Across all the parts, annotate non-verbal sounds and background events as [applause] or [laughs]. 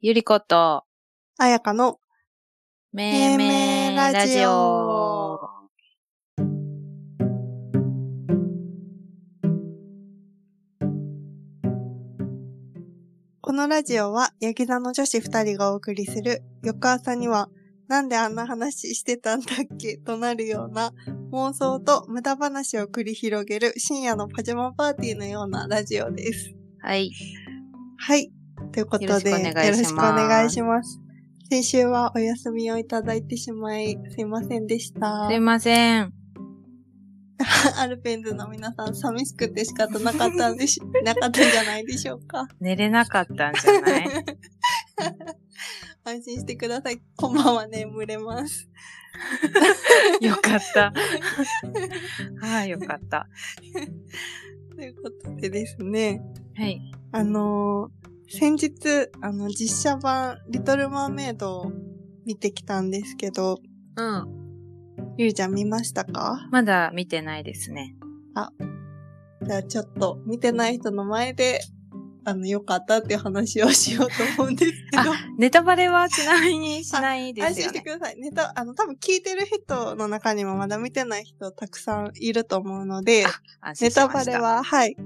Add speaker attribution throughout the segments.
Speaker 1: ゆりこと、
Speaker 2: あやかの、
Speaker 1: めいめいラジオ。。
Speaker 2: このラジオは、ヤギ座の女子二人がお送りする、翌朝には、なんであんな話してたんだっけとなるような妄想と無駄話を繰り広げる深夜のパジャマパーティーのようなラジオです。
Speaker 1: はい。
Speaker 2: はい。ということで、
Speaker 1: よろしくお願いします
Speaker 2: よろしくお願いします。先週はお休みをいただいてしまい、すいませんでした
Speaker 1: す。いません。
Speaker 2: [laughs] アルペンズの皆さん、寂しくて仕方なかったんでし、なかったんじゃないでしょうか。
Speaker 1: 寝れなかったんじゃない
Speaker 2: [laughs] 安心してください。こんばんは眠れます。
Speaker 1: よかった。ああ、よかった。
Speaker 2: ということでですね、
Speaker 1: はい。
Speaker 2: あのー先日、あの、実写版、リトルマーメイドを見てきたんですけど、
Speaker 1: うん。
Speaker 2: ゆうちゃん見ましたか
Speaker 1: まだ見てないですね。
Speaker 2: じゃあちょっと見てない人の前で、あの、良かったっていう話をしようと思うんですけど。
Speaker 1: ネタバレはちなみにしないで
Speaker 2: 安
Speaker 1: す
Speaker 2: 心
Speaker 1: よ
Speaker 2: して
Speaker 1: ね
Speaker 2: く。ださい。ネタ、あの、多分聞いてる人の中にもまだ見てない人たくさんいると思うので、
Speaker 1: 安心
Speaker 2: ネ
Speaker 1: しま
Speaker 2: タ
Speaker 1: した
Speaker 2: バレ。は、はい。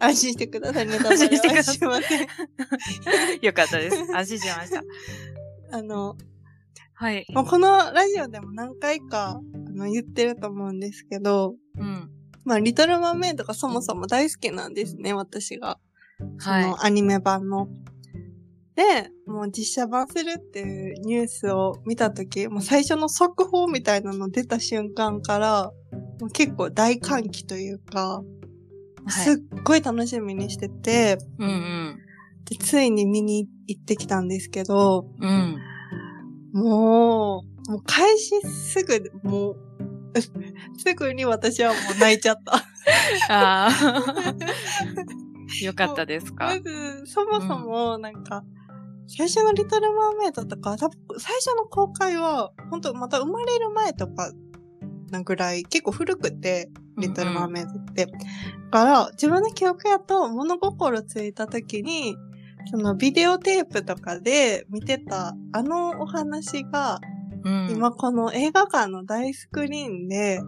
Speaker 2: 安心してください。ネタバレ
Speaker 1: 安心してく
Speaker 2: は
Speaker 1: ださい
Speaker 2: しません。
Speaker 1: [laughs] よかったです。安心しました。
Speaker 2: あの、
Speaker 1: はい。
Speaker 2: もうこのラジオでも何回か、あの、言ってると思うんですけど、
Speaker 1: うん。
Speaker 2: まあ、リトルマーメイドがそもそも大好きなんですね、私が。そ
Speaker 1: はい。
Speaker 2: のアニメ版の。で、もう実写版するっていうニュースを見たとき、もう最初の速報みたいなの出た瞬間から、もう結構大歓喜というか、
Speaker 1: は
Speaker 2: す
Speaker 1: い
Speaker 2: っごい楽しみにしてて、
Speaker 1: うん
Speaker 2: でついに見に行ってきたんですけど、
Speaker 1: うん。うん。
Speaker 2: もう、もう開始すぐ、もう、 [laughs] すぐに私はもう泣いちゃった。
Speaker 1: ああ。
Speaker 2: [laughs]
Speaker 1: よかったですか
Speaker 2: ま。ず、そもそも、なんか、最初のリトル・マーメイドとか、多分最初の公開は、本当また生まれる前とか、なぐらい、結構古くて、リトル・マーメイドって。だから、自分の記憶やと、物心ついた時に、そのビデオテープとかで見てた、あのお話が、
Speaker 1: うん
Speaker 2: 今この映画館の大スクリーンで、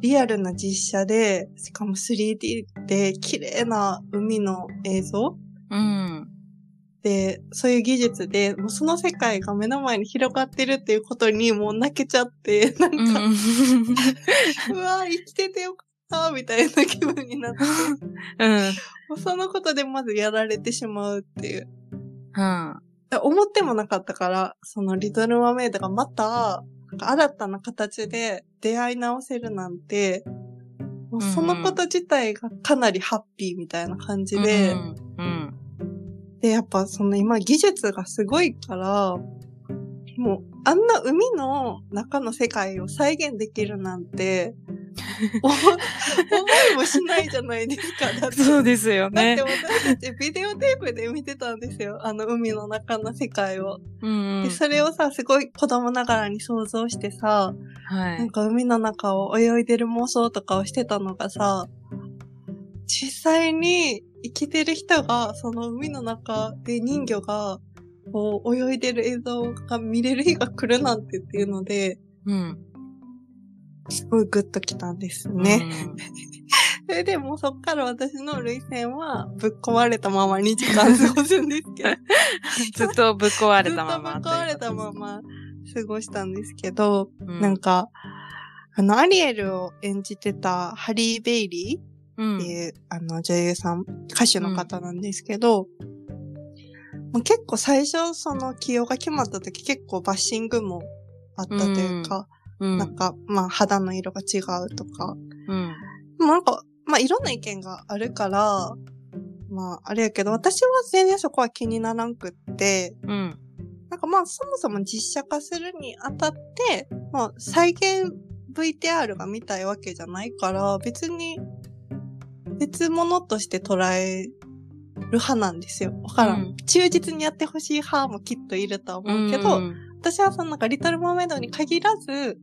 Speaker 2: リアルな実写で、しかも 3D で綺麗な海の映像
Speaker 1: うん。
Speaker 2: で、そういう技術で、もうその世界が目の前に広がってるっていうことにもう泣けちゃって、なん
Speaker 1: うん
Speaker 2: か、 [laughs] うわぁ、生きててよかった、みたいな気分になって、
Speaker 1: うん。
Speaker 2: もうそのことでまずやられてしまうっていう。
Speaker 1: うん。
Speaker 2: で思ってもなかったから、そのリトル・マーメイドがまた、なんか新たな形で出会い直せるなんて、もうそのこと自体がかなりハッピーみたいな感じで、
Speaker 1: うんうん。
Speaker 2: で、やっぱその今技術がすごいから、もうあんな海の中の世界を再現できるなん
Speaker 1: [laughs]
Speaker 2: て、お思いもしないじゃないですか。だって
Speaker 1: そうですよ
Speaker 2: だって
Speaker 1: ね。
Speaker 2: 私たちビデオテープで見てたんですよ。あの海の中の世界を。
Speaker 1: うんう
Speaker 2: で、
Speaker 1: ん。
Speaker 2: それをさ、すごい子供ながらに想像してさ、
Speaker 1: は
Speaker 2: なん
Speaker 1: い。
Speaker 2: か海の中を泳いでる妄想とかをしてたのがさ、実際に生きてる人が、その海の中で人魚が、こう泳いでる映像が見れる日が来るなんてっていうので、
Speaker 1: うん。
Speaker 2: すごいグッときたんですね。それでもうそっから私の類線はぶっ壊れたまま2時間過ごすんですけど、
Speaker 1: うん。ずっとぶっ [laughs] 壊れたまま。
Speaker 2: ずっとぶっ壊れたまま過ごしたんですけど、
Speaker 1: う。
Speaker 2: なんか、あの、アリエルを演じてたハリー・ベイリー
Speaker 1: うん
Speaker 2: っていう、あの、女優さん、歌手の方なんですけど、もう結構最初、その起用が決まった時結構バッシングもあったというか、
Speaker 1: うん。
Speaker 2: なんか、まあ、肌の色が違うとか、
Speaker 1: うん。
Speaker 2: もうなんか、まあ、いろんな意見があるから、まあ、あれやけど、私は全然そこは気にならんくって、
Speaker 1: うん。
Speaker 2: なんかまあ、そもそも実写化するにあたって、まあ、再現 VTR が見たいわけじゃないから、別に、別物として捉える派なんですよ。わからん。
Speaker 1: うん
Speaker 2: 忠実にやってほしい派もきっといると思うけど、
Speaker 1: うん
Speaker 2: 私はそのなんか、リトル・マーメイドに限らず、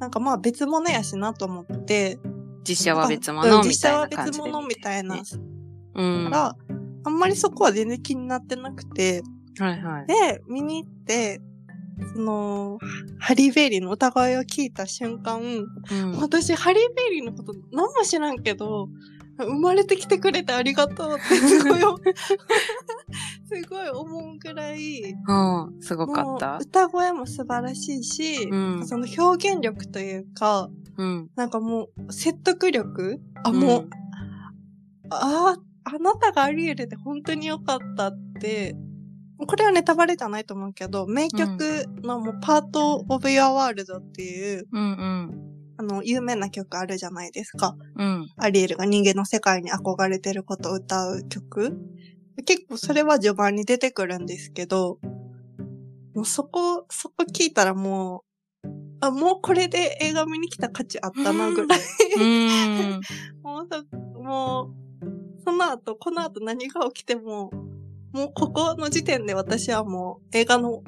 Speaker 2: なんかまあ別物やしなと思って。
Speaker 1: 実写は別
Speaker 2: う
Speaker 1: 物
Speaker 2: ん
Speaker 1: み
Speaker 2: 実
Speaker 1: た
Speaker 2: 写
Speaker 1: いな
Speaker 2: は
Speaker 1: 感
Speaker 2: 別
Speaker 1: じで。
Speaker 2: 物みたいな。
Speaker 1: うん。
Speaker 2: から、あんまりそこは全然気になってなくて、
Speaker 1: はいはい。
Speaker 2: で、見に行って、その、ハリー・ベイリーの歌声を聞いた瞬間、
Speaker 1: うん
Speaker 2: 私、ハリー・ベイリーのこと何も知らんけど、生まれてきてくれてありがとう
Speaker 1: [laughs]
Speaker 2: ってすごい、すごい思うくらい、
Speaker 1: うん、すごか
Speaker 2: も
Speaker 1: っ
Speaker 2: う
Speaker 1: た。
Speaker 2: 歌声も素晴らしいし、
Speaker 1: うん
Speaker 2: その表現力というか、
Speaker 1: うん。
Speaker 2: なんかもう説得力あ、もう、
Speaker 1: ん
Speaker 2: ああ、あなたがアリエルで本当に良かったって、これはネタバレじゃないと思うけど、名曲のもうパートオブ Your World っていう、
Speaker 1: うん
Speaker 2: あの、有名な曲あるじゃないですか。
Speaker 1: うん。うん。
Speaker 2: アリエルが人間の世界に憧れてることを歌う曲。結構それは序盤に出てくるんですけど、もうそこ、そこ聞いたらもう、あ、もうこれで映画見に来た価値あったなぐらい。
Speaker 1: うん。
Speaker 2: もうそ、もう、その後、この後何が起きても、もうここの時点で私はもう映画の、か、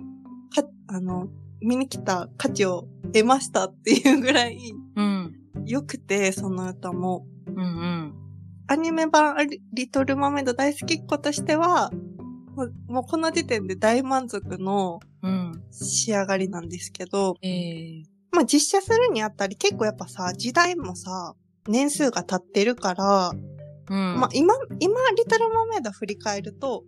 Speaker 2: あの、見に来た価値を得ましたっていうぐらい
Speaker 1: うん。
Speaker 2: 良くて、その歌も。
Speaker 1: うんうん。
Speaker 2: アニメ版アリリトルマーメイド大好きっ子としては、もうもうこの時点で大満足の
Speaker 1: うん。
Speaker 2: 仕上がりなんですけど、
Speaker 1: ええ
Speaker 2: まあ実写するにあたり結構やっぱさ、時代もさ、年数が経ってるから、
Speaker 1: うん。
Speaker 2: まあ、今、今、リトルマーメイド振り返ると、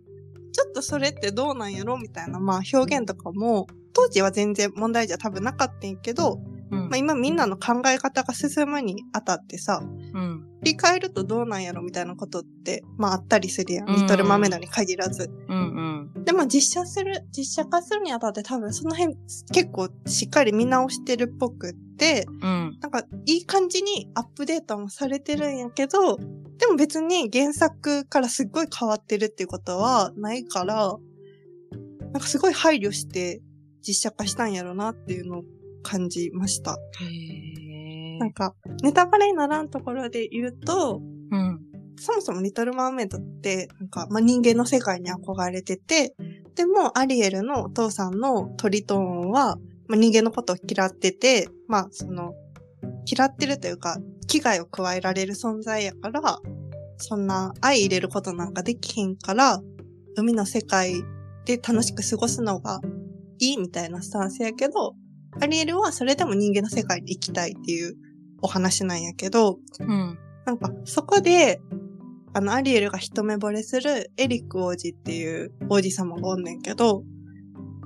Speaker 2: ちょっとそれってどうなんやろみたいな、まあ表現とかも、当時は全然問題じゃ多分なかったんやけど、
Speaker 1: うん
Speaker 2: まあ今みんなの考え方が進むにあたってさ、
Speaker 1: うん。
Speaker 2: 振り返るとどうなんやろみたいなことって、まああったりするやん。
Speaker 1: うん
Speaker 2: リトルマーメイドに限らず。
Speaker 1: うん。
Speaker 2: でも実写する、実写化するにあたって多分その辺結構しっかり見直してるっぽくって、
Speaker 1: うん。
Speaker 2: なんか、いい感じにアップデートもされてるんやけど、でも別に原作からすっごい変わってるっていうことはないから、なんかすごい配慮して実写化したんやろなっていうのを感じました。
Speaker 1: へえ
Speaker 2: なんか、ネタバレにならんところで言うと、
Speaker 1: うん。
Speaker 2: そもそもリトルマーメイドって、なんか、まあ、人間の世界に憧れてて、でも、アリエルのお父さんのトリトーンは、まあ、人間のことを嫌ってて、まあ、その、嫌ってるというか、危害を加えられる存在やから、そんな愛入れることなんかできへんから、海の世界で楽しく過ごすのがいいみたいなスタンスやけど、アリエルはそれでも人間の世界に行きたいっていうお話なんやけど、
Speaker 1: うん。
Speaker 2: なんか、そこで、あの、アリエルが一目惚れするエリック王子っていう王子様がおんねんけど、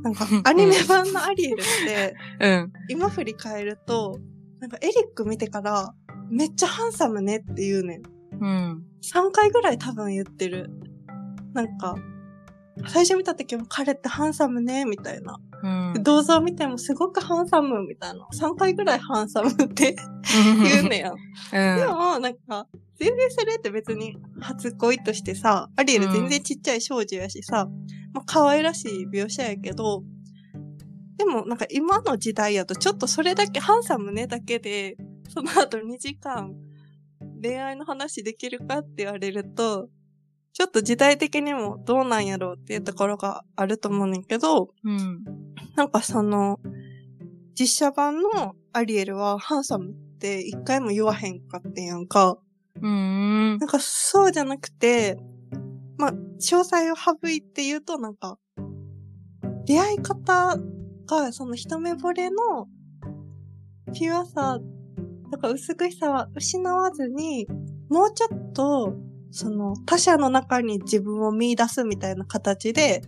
Speaker 2: なんか
Speaker 1: うん、
Speaker 2: アニメ版のアリエルって、
Speaker 1: うん。
Speaker 2: 今振り返ると、なんかエリック見てから、めっちゃハンサムねって言うねん。
Speaker 1: うん。
Speaker 2: 3回ぐらい多分言ってる。なんか、最初見た時も彼ってハンサムね、みたいな。
Speaker 1: うん。
Speaker 2: 銅像見てもすごくハンサム、みたいな。3回ぐらいハンサムって言うねや。
Speaker 1: うん。
Speaker 2: でも、なんか、全然それって別に初恋としてさ、アリエル全然ちっちゃい少女やしさ、まあ可愛らしい描写やけど、でもなんか今の時代やとちょっとそれだけ、ハンサムねだけで、その後2時間恋愛の話できるかって言われると、ちょっと時代的にもどうなんやろうっていうところがあると思うねんけど、
Speaker 1: うん。
Speaker 2: なんかその、実写版のアリエルはハンサムって一回も言わへんかってんやんか。
Speaker 1: うん。
Speaker 2: なんかそうじゃなくて、まあ、詳細を省いて言うとなんか、出会い方がその一目惚れのピュアさ、なんか美しさは失わずに、もうちょっと、その他者の中に自分を見出すみたいな形で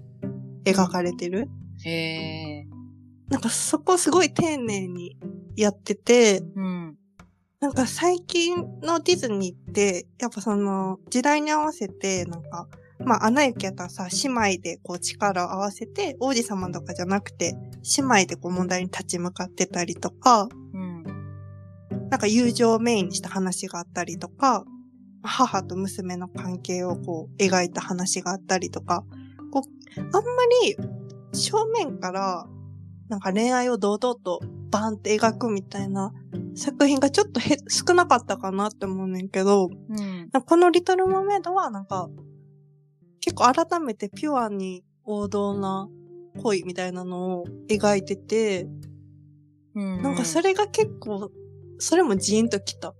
Speaker 2: 描かれてる。
Speaker 1: へえ。
Speaker 2: なんかそこすごい丁寧にやってて、
Speaker 1: うん。
Speaker 2: なんか最近のディズニーって、やっぱその時代に合わせて、なんか、まあ、アナ雪やったらさ、姉妹でこう力を合わせて、王子様とかじゃなくて、姉妹でこう問題に立ち向かってたりとか、
Speaker 1: うん。
Speaker 2: なんか友情をメインにした話があったりとか、母と娘の関係をこう描いた話があったりとか、こう、あんまり正面からなんか恋愛を堂々とバーンって描くみたいな作品がちょっとへ少なかったかなって思うねんけど、
Speaker 1: うん。
Speaker 2: なんかこのリトル・マーメイドはなんか結構改めてピュアに王道な恋みたいなのを描いてて、
Speaker 1: うん。
Speaker 2: なんかそ
Speaker 1: れ、
Speaker 2: れが結構、それもジーンときた。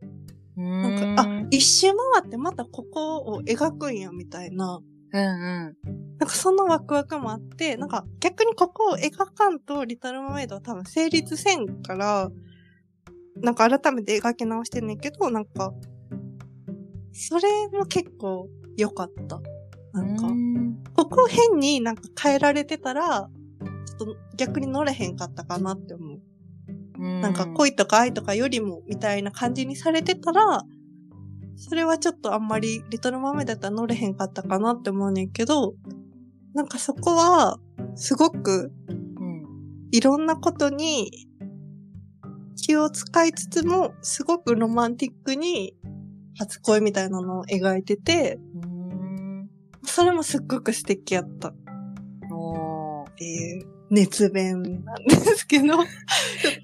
Speaker 1: なん
Speaker 2: あ、一周回ってまたここを描くんや、みたいな。
Speaker 1: うんうん。
Speaker 2: なんかそのワクワクもあって、なんか逆にここを描かんとリトルマーメイドは多分成立せんから、なんか改めて描き直してんねんけど、なんか、それも結構良かった。なんか、ここを変になんか変えられてたら、ちょっと逆に乗れへんかったかなって思う。なんか恋とか愛とかよりもみたいな感じにされてたら、それはちょっとあんまりリトルマメだったら乗れへんかったかなって思うねんけど、なんかそこは、すごく
Speaker 1: うん
Speaker 2: いろんなことに気を使いつつも、すごくロマンティックに初恋みたいなのを描いてて、
Speaker 1: うん
Speaker 2: それもすっごく素敵やったっ
Speaker 1: おー
Speaker 2: ていう熱弁なんですけど、
Speaker 1: う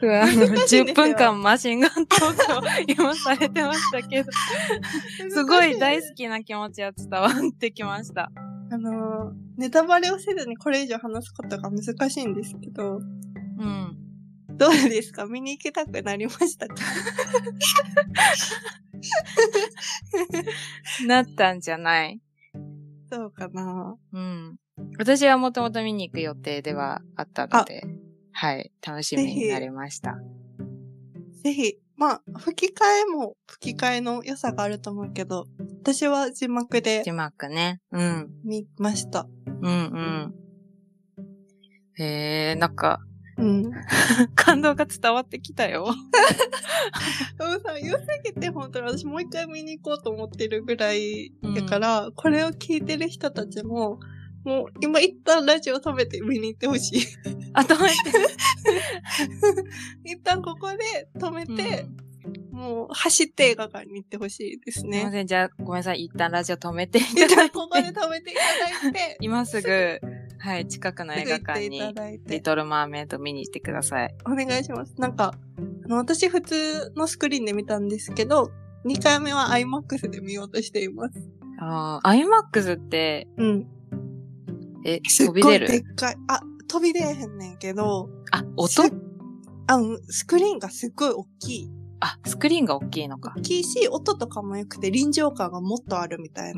Speaker 1: わあの
Speaker 2: 難しいん
Speaker 1: 10
Speaker 2: ですよ
Speaker 1: 分間マシンガントークを今されてましたけど、 [laughs] すご
Speaker 2: [laughs]
Speaker 1: い大好きな気持ちは伝わってきました。
Speaker 2: あのー、ネタバレをせずにこれ以上話すことが難しいんですけ
Speaker 1: う
Speaker 2: ど、
Speaker 1: ん。
Speaker 2: どうですか見に行きたくなりましたか [laughs]
Speaker 1: なったんじゃない
Speaker 2: どうかな
Speaker 1: うん。私はもともと見に行く予定ではあったので、はい、楽しみになりました。
Speaker 2: ぜひ、まあ、吹き替えも吹き替えの良さがあると思うけど、私は字幕で
Speaker 1: 字幕ね。うん。
Speaker 2: 見ました。
Speaker 1: うんうん。へえー、なんか、
Speaker 2: うん。
Speaker 1: 感動が伝わってきたよ。
Speaker 2: でもさ、良すぎて本当に私もう一回見に行こうと思ってるぐらいだから、これを聞いてる人たちも、もう今一旦ラジオ止めて見に行ってほしい。
Speaker 1: あ、止めて。
Speaker 2: [laughs] 一旦ここで止めて、もう走って映画館に行ってほしいです
Speaker 1: うんすいま
Speaker 2: ね。
Speaker 1: せん、じゃあ、ごめんなさい。一旦ラジオ止めてい
Speaker 2: 一
Speaker 1: ただいて。、
Speaker 2: 旦ここで止めていただいて
Speaker 1: [laughs] 今すぐ、はい、近くの映
Speaker 2: すぐ行
Speaker 1: 画
Speaker 2: っ
Speaker 1: 館
Speaker 2: ていた
Speaker 1: に、
Speaker 2: だいて
Speaker 1: リ。トルマーメイド見に行ってください。
Speaker 2: お願いします。なんか、あの私普通のスクリーンで見たんですけど、2回目は IMAX で見ようとしています。
Speaker 1: ああ、IMAX って、
Speaker 2: うん。
Speaker 1: え、
Speaker 2: すっ
Speaker 1: 飛び
Speaker 2: ご
Speaker 1: 出
Speaker 2: いでっ
Speaker 1: る
Speaker 2: かい。あ、飛び出えへんねんけど、
Speaker 1: あ、
Speaker 2: す
Speaker 1: 音
Speaker 2: あうんスクリーンがすっごい大きい。
Speaker 1: あ、スクリーンが大きいのか。
Speaker 2: 大きいし、音とかも良くて臨場感がもっとあるみたいう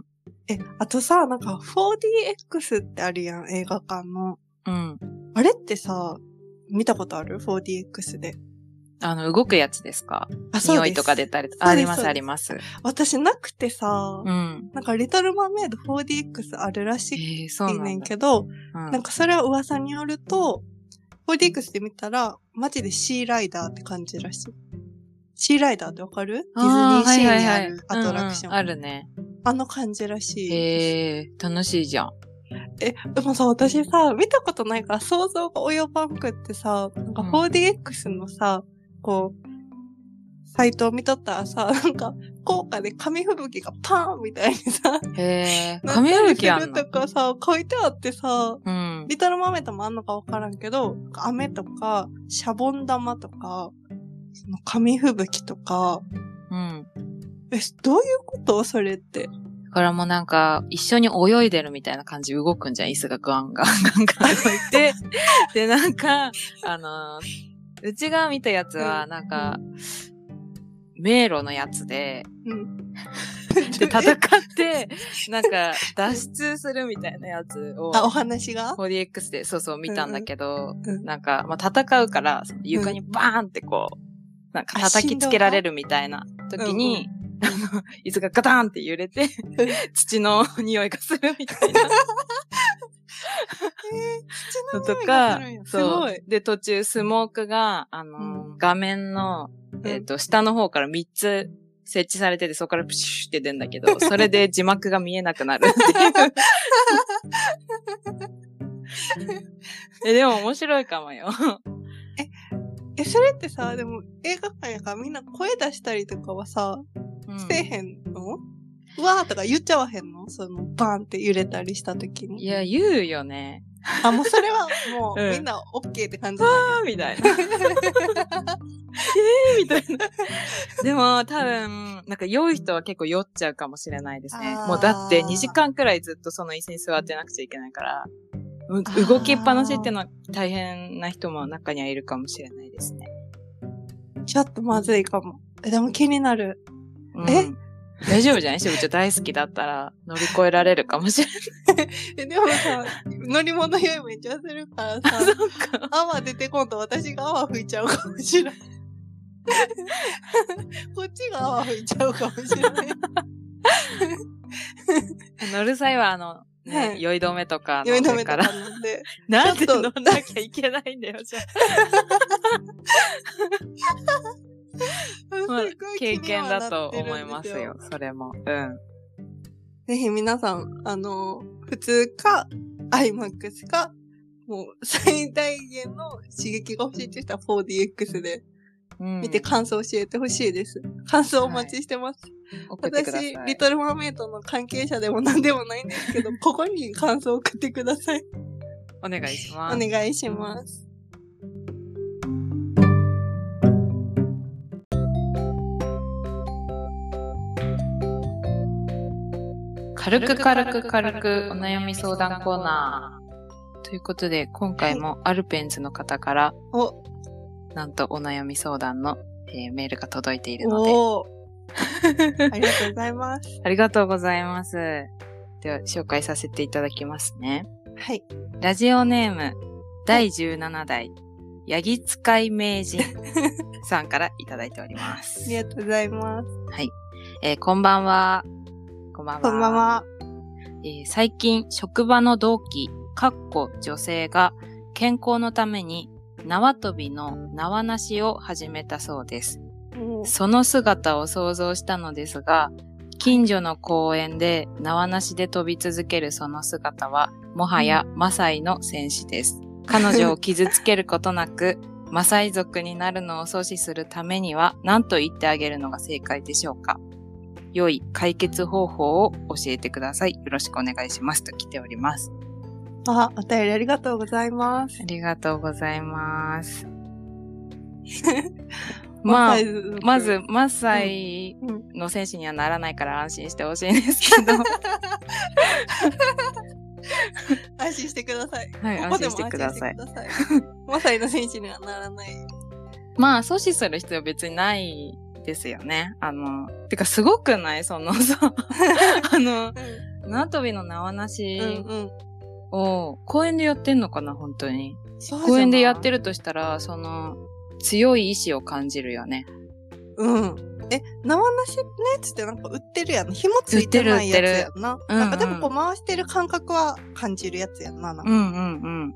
Speaker 1: ーん。
Speaker 2: え、あとさ、なんか 4DX ってあるやん、映画館の。
Speaker 1: うん。
Speaker 2: あれってさ、見たことある ?4DX で。
Speaker 1: あの、動くやつですか
Speaker 2: あ、そうで
Speaker 1: 匂
Speaker 2: す。
Speaker 1: いとか出たりと
Speaker 2: そ
Speaker 1: あ
Speaker 2: う
Speaker 1: り
Speaker 2: です
Speaker 1: ま
Speaker 2: そう
Speaker 1: す、
Speaker 2: です
Speaker 1: あります。
Speaker 2: 私なくてさ、
Speaker 1: うん。
Speaker 2: なんかリトルマーメイド 4DX あるら
Speaker 1: え
Speaker 2: し
Speaker 1: ー、そう
Speaker 2: い
Speaker 1: な
Speaker 2: ね
Speaker 1: ん
Speaker 2: ん
Speaker 1: だ。
Speaker 2: けど、
Speaker 1: うん
Speaker 2: なんかそれは噂によると、4DX で見たら、マジでシーライダーって感じらしい。シーライダーってわかるディズニーシーにあるアトラクション。
Speaker 1: あるね。
Speaker 2: あの感じらしいです。
Speaker 1: へえ、楽しいじゃん。
Speaker 2: え、でもさ、私さ、見たことないから想像が及ばんくってさ、なんか
Speaker 1: うん
Speaker 2: 4DX のさ、こう、サイトを見とったらさ、 [laughs] なんか、効果で紙吹雪がパーンみたいにさ、
Speaker 1: へえ、
Speaker 2: なった
Speaker 1: [laughs] 紙
Speaker 2: り
Speaker 1: 吹きあ
Speaker 2: す
Speaker 1: ん
Speaker 2: る
Speaker 1: の
Speaker 2: とかさ、書いてあってさ、
Speaker 1: うん。
Speaker 2: リトルマメともあんのかわからんけど、雨とか、シャボン玉とか、その紙吹雪とか、
Speaker 1: うん。
Speaker 2: え、どういうことそれって。
Speaker 1: だからもうなんか、一緒に泳いでるみたいな感じで動くんじゃん。椅子がガ
Speaker 2: [laughs]
Speaker 1: ンガンガンガン動いて。で、なんか、あのーうちが見たやつは、なんか、迷路のやつで、
Speaker 2: [laughs]
Speaker 1: で、戦って、 [laughs] なんか、脱出するみたいなやつを、
Speaker 2: あ、お話が
Speaker 1: 4DX で、そうそう見たんだけど、
Speaker 2: うんうん
Speaker 1: なんか、まあ、戦うから、その床にバーンってこう、なんか
Speaker 2: あ
Speaker 1: 叩きつけられるみたいな時に、あの椅子がガタンって揺れ
Speaker 2: [laughs]
Speaker 1: て、土の匂いがするみたいな
Speaker 2: え
Speaker 1: の
Speaker 2: ー、
Speaker 1: と
Speaker 2: 土の匂い [laughs] が
Speaker 1: か
Speaker 2: するんや、す
Speaker 1: そ
Speaker 2: ご
Speaker 1: う
Speaker 2: い。。
Speaker 1: で、途中スモークが、あのー画面の、えっ、と、下の方から3つ設置されてて、そこからプシューって出るんだけど、それで字幕が見えなくなるっていう。え、でも面白いかもよ。
Speaker 2: え、それってさ、でも映画館やからみんな声出したりとかはさ、
Speaker 1: うん
Speaker 2: [laughs] せえへんの、うわーとか言っちゃわへんのその、バーンって揺れたりした時
Speaker 1: い
Speaker 2: に。
Speaker 1: や、言うよね。
Speaker 2: あ、もうそれはもう、
Speaker 1: うん
Speaker 2: みんなオッケーって感じ。
Speaker 1: あーみたい [laughs] な。えーみたいな。でも、多分、なんか酔う人は結構酔っちゃうかもしれないですね
Speaker 2: あ。ー
Speaker 1: もうだって2時間くらいずっとその椅子に座ってなくちゃいけないから、う
Speaker 2: ー
Speaker 1: 動きっぱなしってのは大変な人も中にはいるかもしれないですね。
Speaker 2: ちょっとまずいかも。え、でも気になる。
Speaker 1: うん
Speaker 2: え
Speaker 1: 大丈夫じゃないしぶちゃん大好きだったら乗り越えられるかもしれない。
Speaker 2: えでもさ、乗り物酔いめっちゃする
Speaker 1: [laughs]
Speaker 2: からさ、泡出てこんと私が泡吹いちゃうかもし
Speaker 1: [laughs]
Speaker 2: れない。こっちが泡吹いちゃうかもしれ
Speaker 1: [laughs]
Speaker 2: ない。
Speaker 1: 乗る際は、あの、
Speaker 2: は
Speaker 1: ね、
Speaker 2: い
Speaker 1: 酔い止めとか
Speaker 2: 酔い
Speaker 1: 飲ん
Speaker 2: 止
Speaker 1: で
Speaker 2: め
Speaker 1: か。
Speaker 2: とから飲んで。
Speaker 1: なんで
Speaker 2: ちょ
Speaker 1: 飲
Speaker 2: っと
Speaker 1: んなきゃいけない [laughs] んだよ、じゃあ。 [laughs] まあ
Speaker 2: すごい気
Speaker 1: 経
Speaker 2: に
Speaker 1: 験
Speaker 2: はな
Speaker 1: だ
Speaker 2: っ
Speaker 1: と
Speaker 2: てるんです
Speaker 1: 思いますよ。、それも。うん。
Speaker 2: ぜひ皆さん、あの、普通か、IMAX か、もう最大限の刺激が欲しいって人は 4DX で
Speaker 1: うん
Speaker 2: 見て感想教えてほしいです。感想お待ちしてます。
Speaker 1: 送ってください
Speaker 2: 私、リトルマーメイドの関係者でも何でもないんです
Speaker 1: [laughs]
Speaker 2: けど、ここに感想を送ってください。
Speaker 1: お願いし
Speaker 2: お
Speaker 1: ます。
Speaker 2: 願いします。
Speaker 1: 軽く軽く軽くお悩み相談コーナー。ということで、今回もアルペンズの方から、
Speaker 2: お、
Speaker 1: なんとお悩み相談の、えーメールが届いているので、
Speaker 2: おー [laughs] ありがとうございます。
Speaker 1: ありがとうございます。では、紹介させていただきますね。
Speaker 2: はい。
Speaker 1: ラジオネーム、第17代、ヤギ使い名人さんからいただいておりま
Speaker 2: あ
Speaker 1: す。
Speaker 2: りがとうご [laughs] ざいます。
Speaker 1: えーこんばんは。こんばんは。
Speaker 2: こんばんは。
Speaker 1: えー最近、職場の同期、かっこ女性が健康のために縄跳びの縄なしを始めたそうです。
Speaker 2: おー
Speaker 1: その姿を想像したのですが、近所の公園で縄なしで飛び続けるその姿は、もはやマサイの戦士です。彼女を傷つけることなく、マサイ族になるのを阻止するためには何と言ってあげるのが正解でしょうか良い解決方法を教えてください。よろしくお願いします。と来ております。
Speaker 2: あ、お便りありがとうございます
Speaker 1: あ。りがとうございます。
Speaker 2: マ
Speaker 1: まあ
Speaker 2: サイ、族
Speaker 1: まず、、マサイ
Speaker 2: うん
Speaker 1: の選手にはならないから安心してほしいんです [laughs] けど、
Speaker 2: 安心してください。
Speaker 1: はい、
Speaker 2: こ
Speaker 1: 安
Speaker 2: こで
Speaker 1: 心して
Speaker 2: も
Speaker 1: ください。
Speaker 2: 安心してください [laughs] マサイの選手にはならない。
Speaker 1: まあ、阻止する必要別にないですよね。あの、てかすごくないその [laughs] さ、あの、縄跳びの縄な
Speaker 2: うん、
Speaker 1: し
Speaker 2: うん、うん。
Speaker 1: を公園でやってんのかな本当に。
Speaker 2: そうじゃない
Speaker 1: 公園でやってるとしたら、その、強い意志を感じるよね。
Speaker 2: うん。え、縄なしのやつってなんか売ってるやん。紐ついてないやつやんな。
Speaker 1: てる
Speaker 2: なんかで
Speaker 1: うんうん
Speaker 2: もこう回してる感覚は感じるやつやんな。な
Speaker 1: う
Speaker 2: んか
Speaker 1: んうん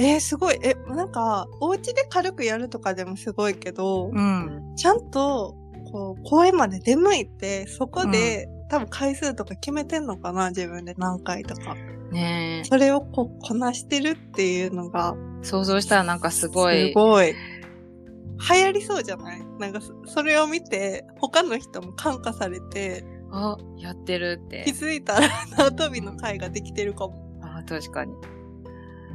Speaker 2: えーすごい。え、なんか、お家で軽くやるとかでもすごいけど、
Speaker 1: うん。うん。
Speaker 2: ちゃんと、こう、公園まで出向いて、そこで、多分回数とか決めてんのかな自分で何回とか。
Speaker 1: ねえ。
Speaker 2: それをこう、こなしてるっていうのが、
Speaker 1: 想像したらなんかすごい
Speaker 2: す。ごい。流行りそうじゃないなんかそ、それを見て、他の人も感化されて、
Speaker 1: あ、やってるって
Speaker 2: 気。づいたら縄跳びの会ができてるかも。
Speaker 1: あ確かに。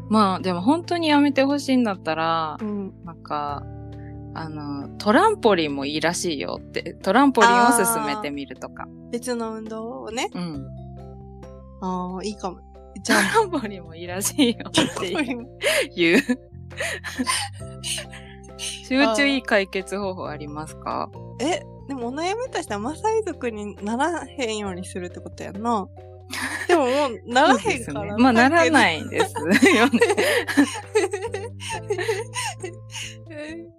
Speaker 1: まあでも本当にやめてほしいんだったら、
Speaker 2: ん。
Speaker 1: なんか、あの、トランポリンもいいらしいよって、トランポリンを勧めてみるとか。
Speaker 2: 別の運動をね。
Speaker 1: うん。
Speaker 2: ああ、いいかも。じ
Speaker 1: [laughs] ト
Speaker 2: ゃ
Speaker 1: ランポリンもいいらしいよっ
Speaker 2: あ、
Speaker 1: ていう。 [laughs] 集中いい解決方法ありますか
Speaker 2: え、でもお悩みとしてはマサイ族にならへんようにするってことやんな。でももう、ならへんから。
Speaker 1: いいですねまあなら
Speaker 2: い。
Speaker 1: ないですよ [laughs] ね。
Speaker 2: [laughs]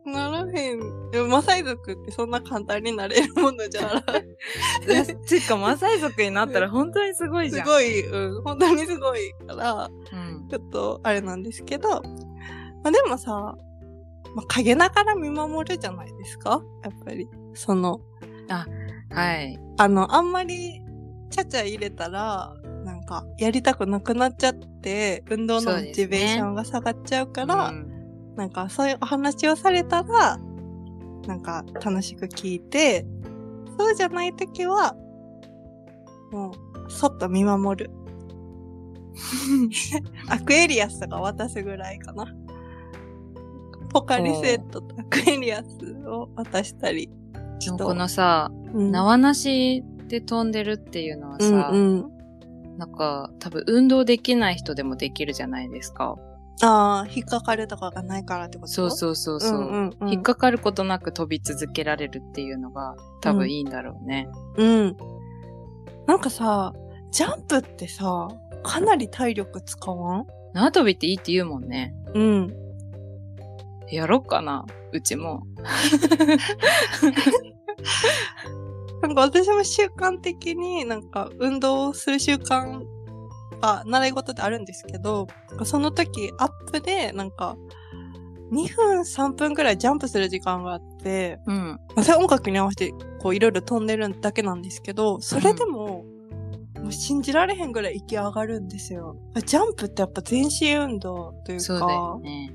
Speaker 2: ならへん。でもマサイ族ってそんな簡単になれるものじゃなら
Speaker 1: てか、マサイ族になったら本当にすご [laughs] いじ
Speaker 2: す
Speaker 1: ゃん。
Speaker 2: ごい、うん、本当にすごいから、
Speaker 1: うん
Speaker 2: ちょっとあれなんですけど、まあ、でもさ、まあ、陰ながら見守るじゃないですかやっぱり。その、
Speaker 1: はい。
Speaker 2: あの、あんまり、ちゃちゃ入れたら、なんか、やりたくなくなっちゃって、運動のモチベーションが下がっちゃうから、
Speaker 1: うん
Speaker 2: なんか、そういうお話をされたら、なんか、楽しく聞いて、そうじゃないときは、もう、そっと見守る。アクエリアスとか渡すぐらいかな。ポカリセットとアクエリアスを渡したり。
Speaker 1: でもこのさ、
Speaker 2: うん、
Speaker 1: 縄なしで飛んでるっていうのはさ、
Speaker 2: うんうん。
Speaker 1: なんか、多分運動できない人でもできるじゃないですか。
Speaker 2: ああ、引っかかるとかがないからってこと
Speaker 1: そうそうそうそう。
Speaker 2: んうん、
Speaker 1: 引っかかることなく飛び続けられるっていうのが多分いいんだろうね。
Speaker 2: うん。なんかさ、ジャンプってさ、かなり体力使わん
Speaker 1: 縄跳びっていいって言うもんね。
Speaker 2: うん。
Speaker 1: やろっかな、うちも。
Speaker 2: なんか私も習慣的になんか運動する習慣が習い事であるんですけど、その時アップでなんか2分3分くらいジャンプする時間があって、
Speaker 1: うん。
Speaker 2: まあそれ音楽に合わせてこういろいろ飛んでるだけなんですけど、それでも、もう信じられへんぐらい息上がるんですよ。ジャンプってやっぱ全身運動というか、
Speaker 1: そうだよね。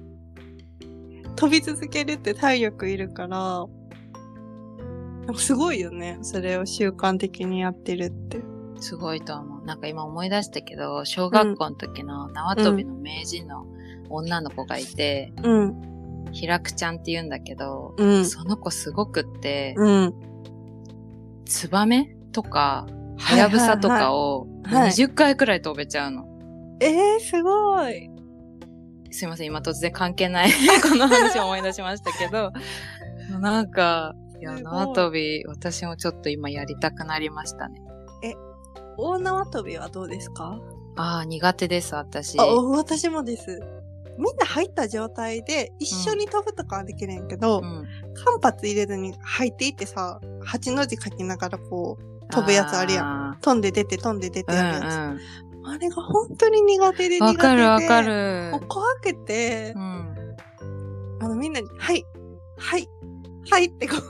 Speaker 2: 飛び続けるって体力いるから、なんかすごいよね。それを習慣的にやってるって。
Speaker 1: すごいと思う。なんか今思い出したけど、小学校の時の縄跳びの名人の女の子がいて、
Speaker 2: うん、
Speaker 1: ひらくちゃんって言うんだけど、
Speaker 2: うん、
Speaker 1: その子すごくって、
Speaker 2: うん。
Speaker 1: ツバメとか、
Speaker 2: は
Speaker 1: はい
Speaker 2: は
Speaker 1: や
Speaker 2: い
Speaker 1: ぶさとかを
Speaker 2: はい
Speaker 1: 20回くらい飛べちゃうの。
Speaker 2: えー、すごい。
Speaker 1: すいません、今突然関係ない [laughs] この話を思い出しましたけど、なんか、いや、
Speaker 2: すごい
Speaker 1: 縄跳び、私もちょっと今やりたくなりましたね。
Speaker 2: 大縄跳びはどうですか
Speaker 1: ああ、苦手です、私。
Speaker 2: あ、お私もです。みんな入った状態で一緒に飛ぶとかはできるんやけど、
Speaker 1: うん
Speaker 2: 間髪入れずに入っていってさ、8の字書きながらこう、飛ぶやつあるや
Speaker 1: ん。
Speaker 2: 飛んで出て飛んで出て
Speaker 1: う
Speaker 2: やるやつ。
Speaker 1: ん
Speaker 2: あれが本当に苦手で
Speaker 1: うん。
Speaker 2: 苦手で。
Speaker 1: わかるわか
Speaker 2: も
Speaker 1: る
Speaker 2: う。怖くて
Speaker 1: う、ん。
Speaker 2: あの、みんなに、はい、はい、はいってこう、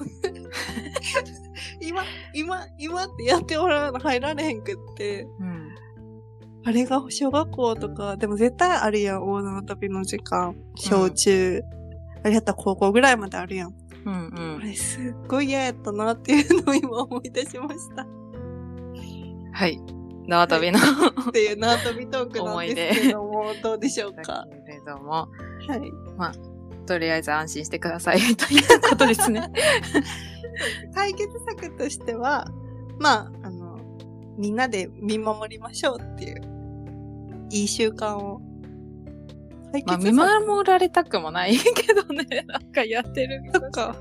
Speaker 2: [laughs] 今、今、今ってやってもらうの入られへんくって、
Speaker 1: うん。
Speaker 2: あれが小学校とか、でも絶対あるやん、大縄跳びの時間、小中、あれやったら高校ぐらいまであるやん。
Speaker 1: うんう
Speaker 2: あ
Speaker 1: ん。
Speaker 2: れすっごい嫌やったなっていうのを今思い出しました。
Speaker 1: はい。縄跳びの
Speaker 2: っていう縄跳びトークなんですけど [laughs] も、どうでしょうか。
Speaker 1: けれども、
Speaker 2: はい。
Speaker 1: とりあえず安心してください [laughs] ということですね。
Speaker 2: 解決策としては、まあ、あの、みんなで見守りましょうっていう、いい習慣を。解
Speaker 1: まあ、
Speaker 2: 決
Speaker 1: 見
Speaker 2: 策、
Speaker 1: 守られたくもないけどね、 [laughs] なんかやってる
Speaker 2: とか、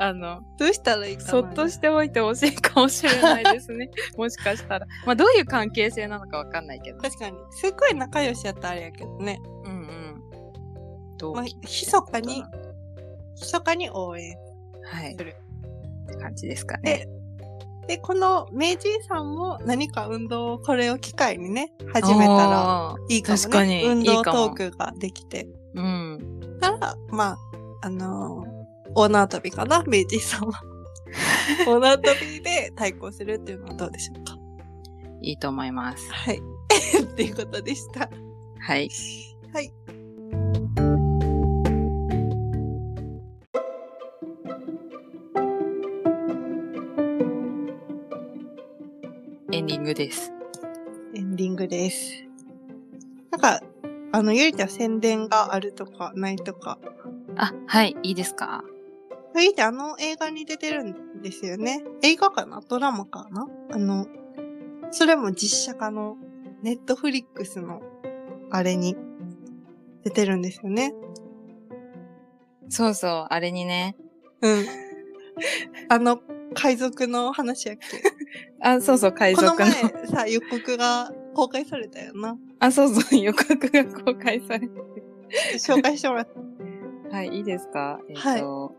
Speaker 1: あの、
Speaker 2: どうしたらいいかな。
Speaker 1: そっとしておいてほしいかもしれないですね。 [laughs] もしかしたら。まあ、どういう関係性なのかわかんないけど。
Speaker 2: 確かに、すっごい仲良しやったらあれやけどね。
Speaker 1: うんうん。どう
Speaker 2: まあ、密かに、密かに応援。
Speaker 1: はい。っ
Speaker 2: する
Speaker 1: て感じですかね。
Speaker 2: で、この名人さんも何か運動を、これを機会にね、始めたら
Speaker 1: おー。
Speaker 2: いいかもね。
Speaker 1: 確かに
Speaker 2: 運動
Speaker 1: いい
Speaker 2: ト
Speaker 1: かも
Speaker 2: ークができて。
Speaker 1: うん。
Speaker 2: から、まあ、あのー、大縄跳びかな、明治さん [laughs] は。大縄跳びで対抗するっていうのはどうでしょうか。
Speaker 1: いいと思います。
Speaker 2: はい。 [laughs] っていうことでした。
Speaker 1: はい。
Speaker 2: はい。
Speaker 1: エンディングです。
Speaker 2: エンディングです。なんか、あの、ゆりちゃん宣伝があるとか、ないとか。
Speaker 1: あ、はい。いいですか
Speaker 2: ゆりちゃん、あの映画に出てるんですよね。映画かなドラマかなあの、それも実写化の、ネットフリックスの、あれに、出てるんですよね。
Speaker 1: そうそう。あれにね。
Speaker 2: うん。あの、海賊の話やっけ。
Speaker 1: あ、そうそう。海
Speaker 2: この
Speaker 1: 賊の
Speaker 2: 前。さ、予告が公開されたよな。
Speaker 1: [laughs] あ、そうそう。予告が公開され
Speaker 2: 紹介してもらって。
Speaker 1: はい、いいですかえっ、
Speaker 2: はい
Speaker 1: と、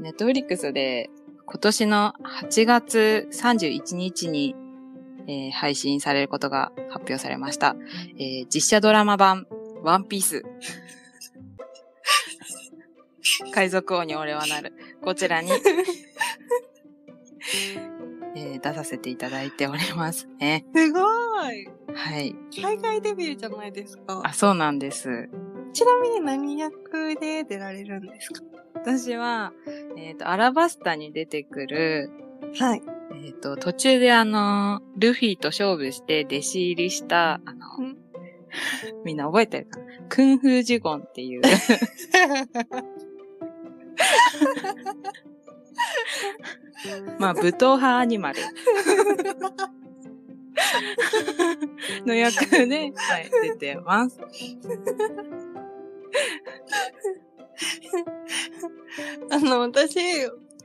Speaker 1: ネットフリックスで今年の8月31日に、えー配信されることが発表されました。えー実写ドラマ版、ワンピース。海賊王に俺はなる。こちらに、えー出させていただいておりますね。
Speaker 2: [laughs] すごい。
Speaker 1: はい。
Speaker 2: 海外デビューじゃないです
Speaker 1: あ、
Speaker 2: か。
Speaker 1: そうなんです。
Speaker 2: ちなみに何役で出られるんですか
Speaker 1: 私は、えっ、と、アラバスタに出てくる、
Speaker 2: はい。
Speaker 1: えっ、と、途中であの、ルフィと勝負して弟子入りした、あの
Speaker 2: うん、
Speaker 1: みんな覚えてるかなクンフージュゴンって
Speaker 2: [laughs]
Speaker 1: いう、まあ、武闘派アニマルの役で、はい、出てます。
Speaker 2: [laughs] あの、私、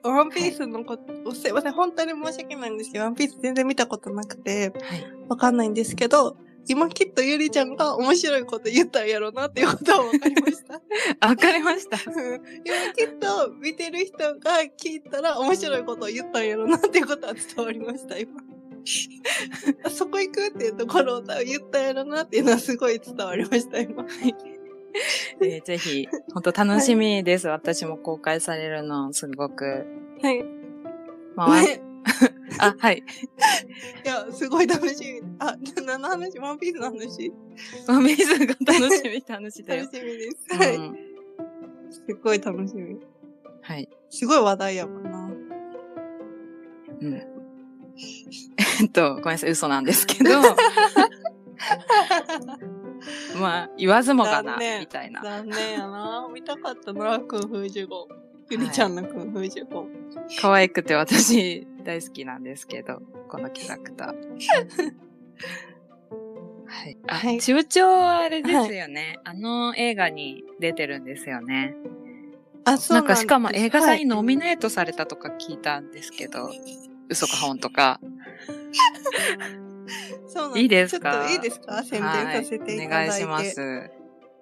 Speaker 2: ワンピースのこと、すいません、本当に申し訳ないんですけど、ワンピース全然見たことなくて、
Speaker 1: はい。
Speaker 2: わかんないんですけど、今きっとゆりちゃんが面白いこと言ったんやろうなっていうことはわかりました。
Speaker 1: あわかりました。
Speaker 2: うん今きっと見てる人が聞いたら面白いことを言ったんやろなっていうことは伝わりました、今。 [laughs] あそこ行くっていうところを多分言ったんやろなっていうのはすごい伝わりました、今。 [laughs]
Speaker 1: えーぜひ、本当楽しみです。私も公開されるの、すごく。
Speaker 2: はい。
Speaker 1: まあわ、
Speaker 2: ね
Speaker 1: あ、はい。
Speaker 2: いや、すごい楽しみ。あ、な何の話ワンピースの話
Speaker 1: まあ、メイズが楽しみ、楽しみだ
Speaker 2: 楽
Speaker 1: よ
Speaker 2: し。みです。は
Speaker 1: う
Speaker 2: い。
Speaker 1: ん、
Speaker 2: すごい楽しみ。
Speaker 1: はい。
Speaker 2: すごい話題やもんな。
Speaker 1: えっと、ごめんなさい、嘘なんです
Speaker 2: [laughs]
Speaker 1: けど、まあ、言わずもがな、
Speaker 2: 残念
Speaker 1: みたいな。
Speaker 2: 残念やな。見たかったな、空風十五。ゆりちゃんの空風十五。
Speaker 1: 可愛くて私大好きなんですけど、このキャラクター。はい。あ、
Speaker 2: はい
Speaker 1: 中長はあれですよね、あの映画に出てるんですよね。
Speaker 2: あ、そ
Speaker 1: な
Speaker 2: うん
Speaker 1: かしかも映画祭に
Speaker 2: の
Speaker 1: ノミネートされたとか聞いたんですけど、嘘か本とか。
Speaker 2: そうなん
Speaker 1: いいですか
Speaker 2: ちょっといいですか宣伝させていた
Speaker 1: は
Speaker 2: だ
Speaker 1: いお願
Speaker 2: い
Speaker 1: い
Speaker 2: て。
Speaker 1: します。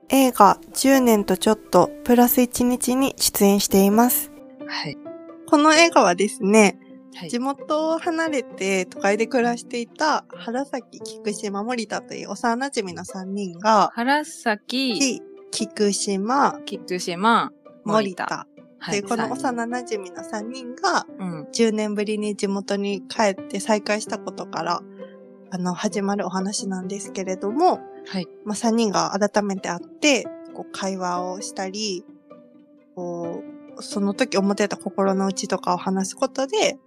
Speaker 2: 映画10年とちょっと、プラス1日に出演しています。
Speaker 1: はい。
Speaker 2: この映画はですね、
Speaker 1: はい
Speaker 2: 地。元を離れて都会で暮らしていた原崎、菊島、森田という幼馴染の3人が、
Speaker 1: 原崎、
Speaker 2: き菊島、
Speaker 1: 菊島、
Speaker 2: 森
Speaker 1: 森
Speaker 2: 田
Speaker 1: 田。
Speaker 2: というこの幼馴染の3人が
Speaker 1: うん。
Speaker 2: 10年ぶりに地元に帰って再会したことから、あの、始まるお話なんですけれども、
Speaker 1: はい。
Speaker 2: まあ、3人が改めて会って、こう、会話をしたり、こう、その時思ってた心の内とかを話すことで、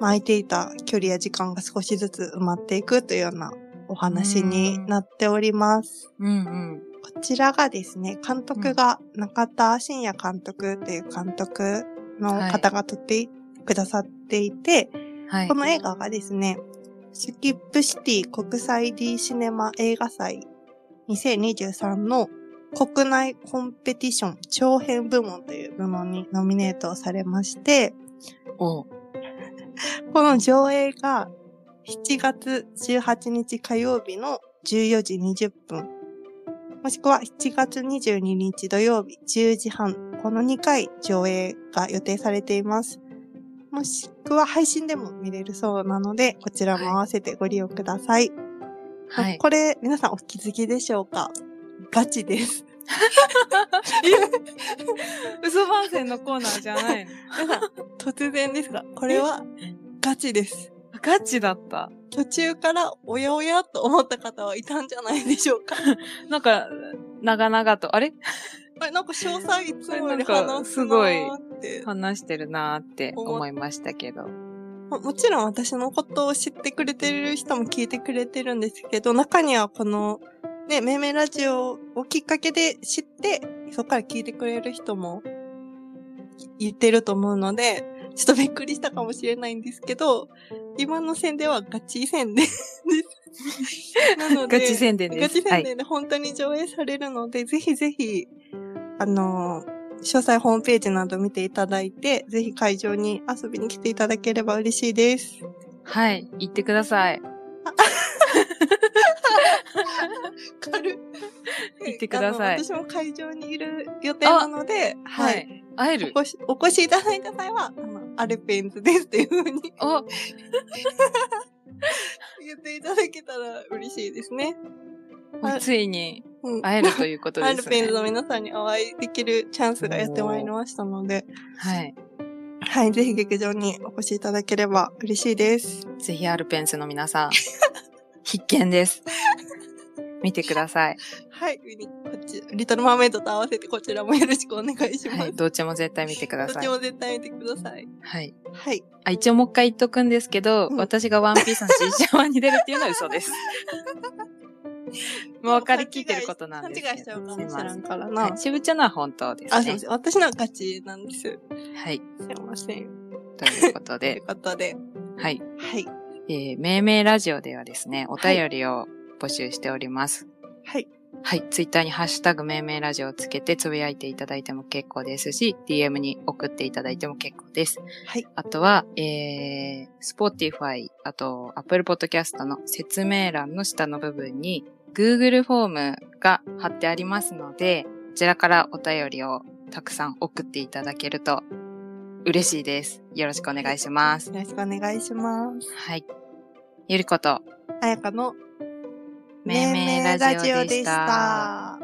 Speaker 2: まあ、空いていた距離や時間が少しずつ埋まっていくというようなお話になっております。
Speaker 1: うんうん。
Speaker 2: こちらがですね、監督が中田信也監督という監督の方が撮ってくださっていて、
Speaker 1: はい
Speaker 2: こ。の映画がですね、スキップシティ国際 D シネマ映画祭2023の国内コンペティション長編部門という部門にノミネートされまして、
Speaker 1: おう
Speaker 2: この上映が7月18日火曜日の14時20分、もしくは7月22日土曜日10時半、この2回上映が予定されています。もしくは配信でも見れるそうなので、こちらも合わせてご利用ください。
Speaker 1: はい。
Speaker 2: これ、皆さんお気づきでしょうかガチです。 [laughs]
Speaker 1: 嘘番宣のコーナーじゃないの。
Speaker 2: 皆さん、突然ですが、これはガチです。
Speaker 1: ガチだった。
Speaker 2: 途中からおやおやと思った方はいたんじゃないでしょうか
Speaker 1: なんか、長々と、あれ
Speaker 2: あれ、なんか詳細いつもより
Speaker 1: あれなんか
Speaker 2: 話すなーって。
Speaker 1: 話してるなーって思いましたけど。
Speaker 2: ももちろん私のことを知ってくれてる人も聞いてくれてるんですけど、中にはこの、ね、めいめいラジオをきっかけで知って、そこから聞いてくれる人もいてると思うので、ちょっとびっくりしたかもしれないんですけど、今の宣伝はガチ宣伝です。
Speaker 1: [laughs]
Speaker 2: なので
Speaker 1: ガチ宣伝です。
Speaker 2: ガチ
Speaker 1: は
Speaker 2: 宣
Speaker 1: い。
Speaker 2: 伝で本当に上映されるので、ぜひぜひ、あのー、詳細ホームページなど見ていただいて、ぜひ会場に遊びに来ていただければ嬉しいです。
Speaker 1: はい。行ってください。
Speaker 2: 軽い。
Speaker 1: 行ってください
Speaker 2: あの私も会場にいる予定なので、は。
Speaker 1: はいい。会える
Speaker 2: お越し、お越しいただいた際は、あの、アルペンズですっていうふうに
Speaker 1: お、
Speaker 2: 言っていただけたら嬉しいですね。あ
Speaker 1: ついに
Speaker 2: うん。
Speaker 1: 会えるということ
Speaker 2: ア
Speaker 1: で
Speaker 2: ル
Speaker 1: す
Speaker 2: ペン
Speaker 1: ね
Speaker 2: ズ。の皆さんにお会いできるチャンスがやってまいりましたので、
Speaker 1: はい。
Speaker 2: はい、ぜひ劇場にお越しいただければ嬉しいです。
Speaker 1: ぜひアルペンスの皆さん、必見です。見てください。
Speaker 2: はい、ウィニ [laughs] こっち、リトルマーメイドと合わせてこちらもよろしくお願いします。
Speaker 1: はい。どっちも絶対見てくだ
Speaker 2: どっ
Speaker 1: さ
Speaker 2: ち
Speaker 1: い。
Speaker 2: も絶対見てください。
Speaker 1: はい。
Speaker 2: はい。
Speaker 1: あ、一応もう一回言っとくんですけど、
Speaker 2: うん
Speaker 1: 私がワンピースの実写版に出るっていうのは嘘 [laughs] です。もう分かりきってることなんですけど。
Speaker 2: 勘違いしちゃうかもし
Speaker 1: すいま
Speaker 2: れ
Speaker 1: せ
Speaker 2: ん
Speaker 1: ん
Speaker 2: からな。
Speaker 1: はい、渋茶のは本当で
Speaker 2: あ、
Speaker 1: す
Speaker 2: すいま
Speaker 1: ね。
Speaker 2: せん。私のはガチなんです。す
Speaker 1: はい。
Speaker 2: いません。
Speaker 1: ということ
Speaker 2: とい
Speaker 1: で
Speaker 2: う、ことで、
Speaker 1: はい。
Speaker 2: はい。
Speaker 1: えー、命名ラジオではですね、お便りを募集しております。
Speaker 2: はい。
Speaker 1: はい、ツイッターにハッシュタグ命名ラジオをつけてつぶやいていただいても結構ですし、DM に送っていただいても結構です。
Speaker 2: はい。
Speaker 1: あとは、えー、Spotify、あと Apple Podcast の説明欄の下の部分に Google フォームが貼ってありますので、こちらからお便りをたくさん送っていただけると嬉しいです。よろしくお願いします。
Speaker 2: よろしくお願いします。
Speaker 1: はい。ゆりこと、
Speaker 2: あやかの、
Speaker 1: めいめいラジオでした
Speaker 2: めいめいラジオでした